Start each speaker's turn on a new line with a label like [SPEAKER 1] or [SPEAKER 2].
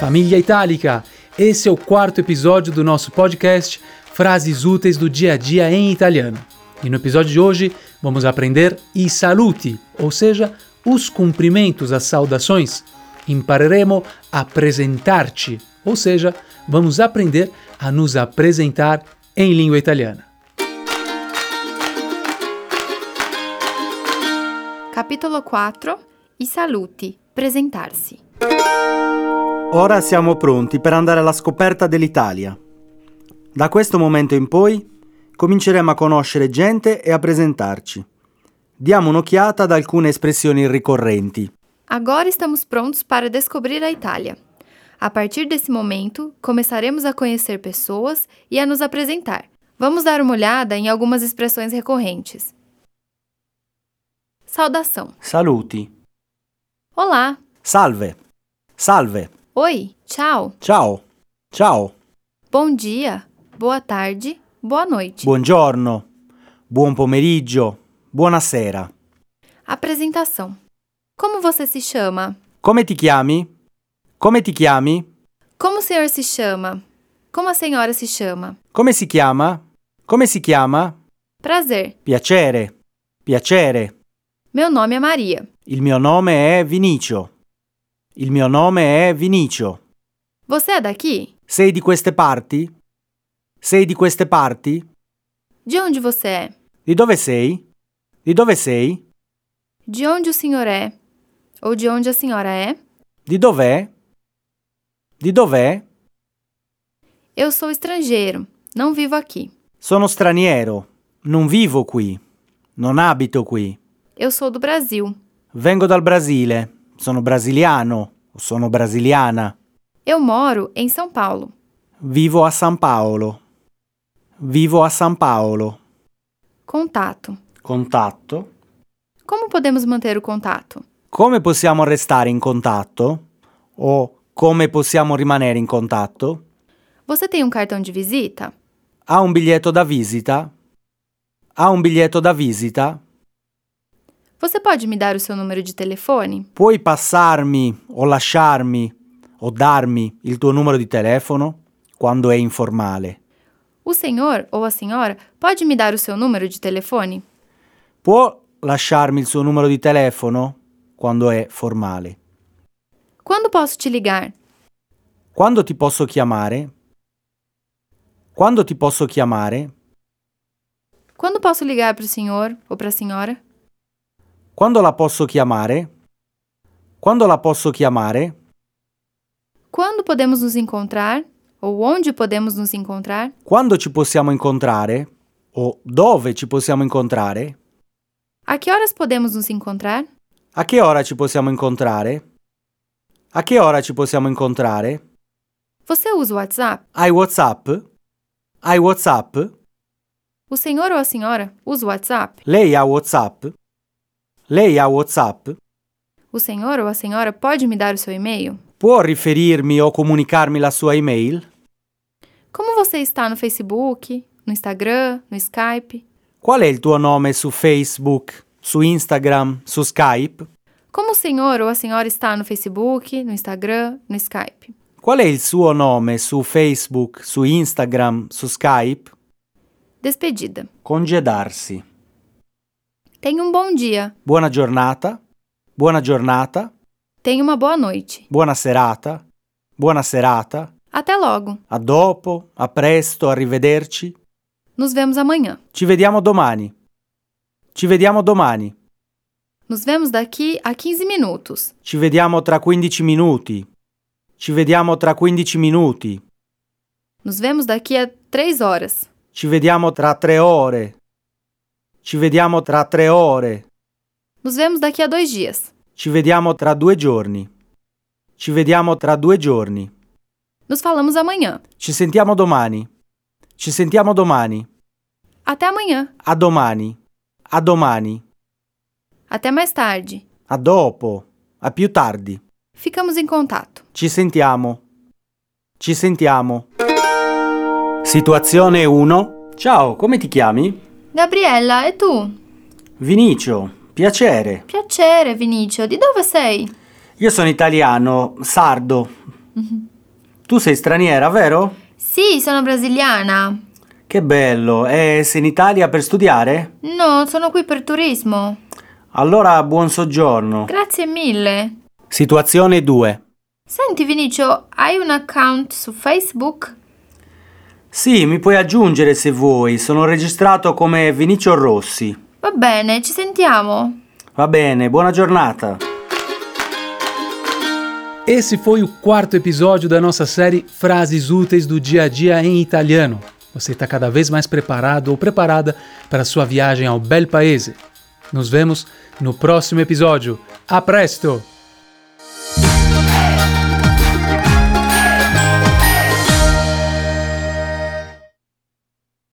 [SPEAKER 1] Família Itálica! Esse é o quarto episódio do nosso podcast Frases Úteis do Dia a Dia em Italiano. E no episódio de hoje vamos aprender i saluti, ou seja, os cumprimentos, as saudações. Impareremo a apresentar-te, ou seja, vamos aprender a nos apresentar em língua italiana.
[SPEAKER 2] Capitolo 4 I saluti, presentarsi.
[SPEAKER 3] Ora siamo pronti per andare alla scoperta dell'Italia. Da questo momento in poi cominceremo a conoscere gente e a presentarci. Diamo un'occhiata ad alcune espressioni ricorrenti.
[SPEAKER 2] Agora estamos prontos para descobrir a Itália. A partir desse momento, começaremos a conhecer pessoas e a nos apresentar. Vamos dar uma olhada em algumas expressões recorrentes. Saudação.
[SPEAKER 3] Saluti.
[SPEAKER 2] Olá.
[SPEAKER 3] Salve. Salve.
[SPEAKER 2] Oi. Tchau.
[SPEAKER 3] Ciao. Ciao.
[SPEAKER 2] Bom dia. Boa tarde. Boa noite.
[SPEAKER 3] Buongiorno. Buon pomeriggio. Buonasera.
[SPEAKER 2] Apresentação. Como você se chama?
[SPEAKER 3] Come ti chiami? Come ti chiami?
[SPEAKER 2] Como o senhor se chama? Como a senhora se chama?
[SPEAKER 3] Come si chiama? Come si chiama?
[SPEAKER 2] Prazer.
[SPEAKER 3] Piacere. Piacere.
[SPEAKER 2] Meu nome é Maria.
[SPEAKER 3] Il mio nome è Vinicio. Il mio nome è Vinicio.
[SPEAKER 2] Você é daqui?
[SPEAKER 3] Sei di queste parti? Sei di queste parti?
[SPEAKER 2] De onde você é?
[SPEAKER 3] Di dove sei? Di dove sei?
[SPEAKER 2] De onde o senhor é? Ou de onde a senhora é?
[SPEAKER 3] Di dov'è? Di dov'è?
[SPEAKER 2] Eu sou estrangeiro, não vivo aqui.
[SPEAKER 3] Sono straniero. Non vivo qui. Non abito qui.
[SPEAKER 2] Eu sou do Brasil.
[SPEAKER 3] Vengo dal Brasile. Sono brasiliano. o Sono brasiliana.
[SPEAKER 2] Eu moro em São Paulo.
[SPEAKER 3] Vivo a San Paolo. Vivo a San Paolo.
[SPEAKER 2] Contato.
[SPEAKER 3] Contatto.
[SPEAKER 2] Como podemos manter o contato?
[SPEAKER 3] Come possiamo restare in contatto? O come possiamo rimanere in contatto?
[SPEAKER 2] Você tem um cartão de visita?
[SPEAKER 3] Ha un biglietto da visita? Ha un biglietto da visita?
[SPEAKER 2] Você pode me dar o seu número de telefone?
[SPEAKER 3] Puoi passarmi o lasciarmi o darmi il tuo numero di telefono quando è informale?
[SPEAKER 2] O senhor ou a senhora pode me dar o seu número de telefone?
[SPEAKER 3] Può lasciarmi il suo numero di telefono quando è formale?
[SPEAKER 2] Quando posso te ligar?
[SPEAKER 3] Quando ti posso chiamare? Quando ti posso chiamare?
[SPEAKER 2] Quando posso ligar para o senhor ou para a senhora?
[SPEAKER 3] Quando la posso chiamare? Quando la posso chiamare?
[SPEAKER 2] Quando podemos nos encontrar? Ou onde podemos nos encontrar?
[SPEAKER 3] Quando ci possiamo incontrare? O dove ci possiamo incontrare?
[SPEAKER 2] A que horas podemos nos encontrar?
[SPEAKER 3] A che ora ci possiamo incontrare? A che ora ci possiamo incontrare?
[SPEAKER 2] Você usa o WhatsApp?
[SPEAKER 3] Hai WhatsApp? Hai WhatsApp?
[SPEAKER 2] O senhor ou a senhora usa o WhatsApp?
[SPEAKER 3] Lei ha WhatsApp? Lei ha WhatsApp?
[SPEAKER 2] O senhor ou a senhora pode me dar o seu e-mail?
[SPEAKER 3] Può riferirmi o comunicarmi la sua email?
[SPEAKER 2] Como você está no Facebook, no Instagram, no Skype?
[SPEAKER 3] Qual è il tuo nome su Facebook, su Instagram, su Skype?
[SPEAKER 2] Como o senhor ou a senhora está no Facebook, no Instagram, no Skype?
[SPEAKER 3] Qual è il suo nome su Facebook, su Instagram, su Skype?
[SPEAKER 2] Despedida.
[SPEAKER 3] Congedarsi.
[SPEAKER 2] Tenha um bom dia.
[SPEAKER 3] Buona giornata. Buona giornata.
[SPEAKER 2] Tenha uma boa noite.
[SPEAKER 3] Buona serata. Buona serata.
[SPEAKER 2] Até logo.
[SPEAKER 3] A dopo, a presto, arrivederci.
[SPEAKER 2] Nos vemos amanhã.
[SPEAKER 3] Ci vediamo domani. Ci vediamo domani.
[SPEAKER 2] Nos vemos daqui a 15 minutos.
[SPEAKER 3] Ci vediamo tra 15 minuti. Ci vediamo tra 15 minuti.
[SPEAKER 2] Nos vemos daqui a 3 horas.
[SPEAKER 3] Ci vediamo tra tre ore. Ci vediamo tra tre ore.
[SPEAKER 2] Nos vemos daqui a dois dias.
[SPEAKER 3] Ci vediamo tra due giorni. Ci vediamo tra due giorni.
[SPEAKER 2] Nos falamos amanhã.
[SPEAKER 3] Ci sentiamo domani. Ci sentiamo domani.
[SPEAKER 2] Até amanhã.
[SPEAKER 3] A domani. A domani.
[SPEAKER 2] Até mais tarde.
[SPEAKER 3] A dopo. A più tardi.
[SPEAKER 2] Ficamos em contato.
[SPEAKER 3] Ci sentiamo. Ci sentiamo. Situazione 1. Ciao, come ti chiami?
[SPEAKER 2] Gabriella, e tu?
[SPEAKER 3] Vinicio, piacere.
[SPEAKER 2] Piacere, Vinicio. Di dove sei?
[SPEAKER 3] Io sono italiano, sardo. Tu sei straniera, vero?
[SPEAKER 2] Sì, sono brasiliana.
[SPEAKER 3] Che bello, e sei in Italia per studiare?
[SPEAKER 2] No, sono qui per turismo.
[SPEAKER 3] Allora buon soggiorno.
[SPEAKER 2] Grazie mille.
[SPEAKER 3] Situazione 2.
[SPEAKER 2] Senti Vinicio, hai un account su Facebook?
[SPEAKER 3] Sì, mi puoi aggiungere se vuoi, sono registrato come Vinicio Rossi.
[SPEAKER 2] Va bene, ci sentiamo.
[SPEAKER 3] Va bene, buona giornata.
[SPEAKER 1] Esse foi o quarto episódio da nossa série Frases Úteis do Dia a Dia em Italiano. Você está cada vez mais preparado ou preparada para a sua viagem ao bel paese. Nos vemos no próximo episódio. A presto!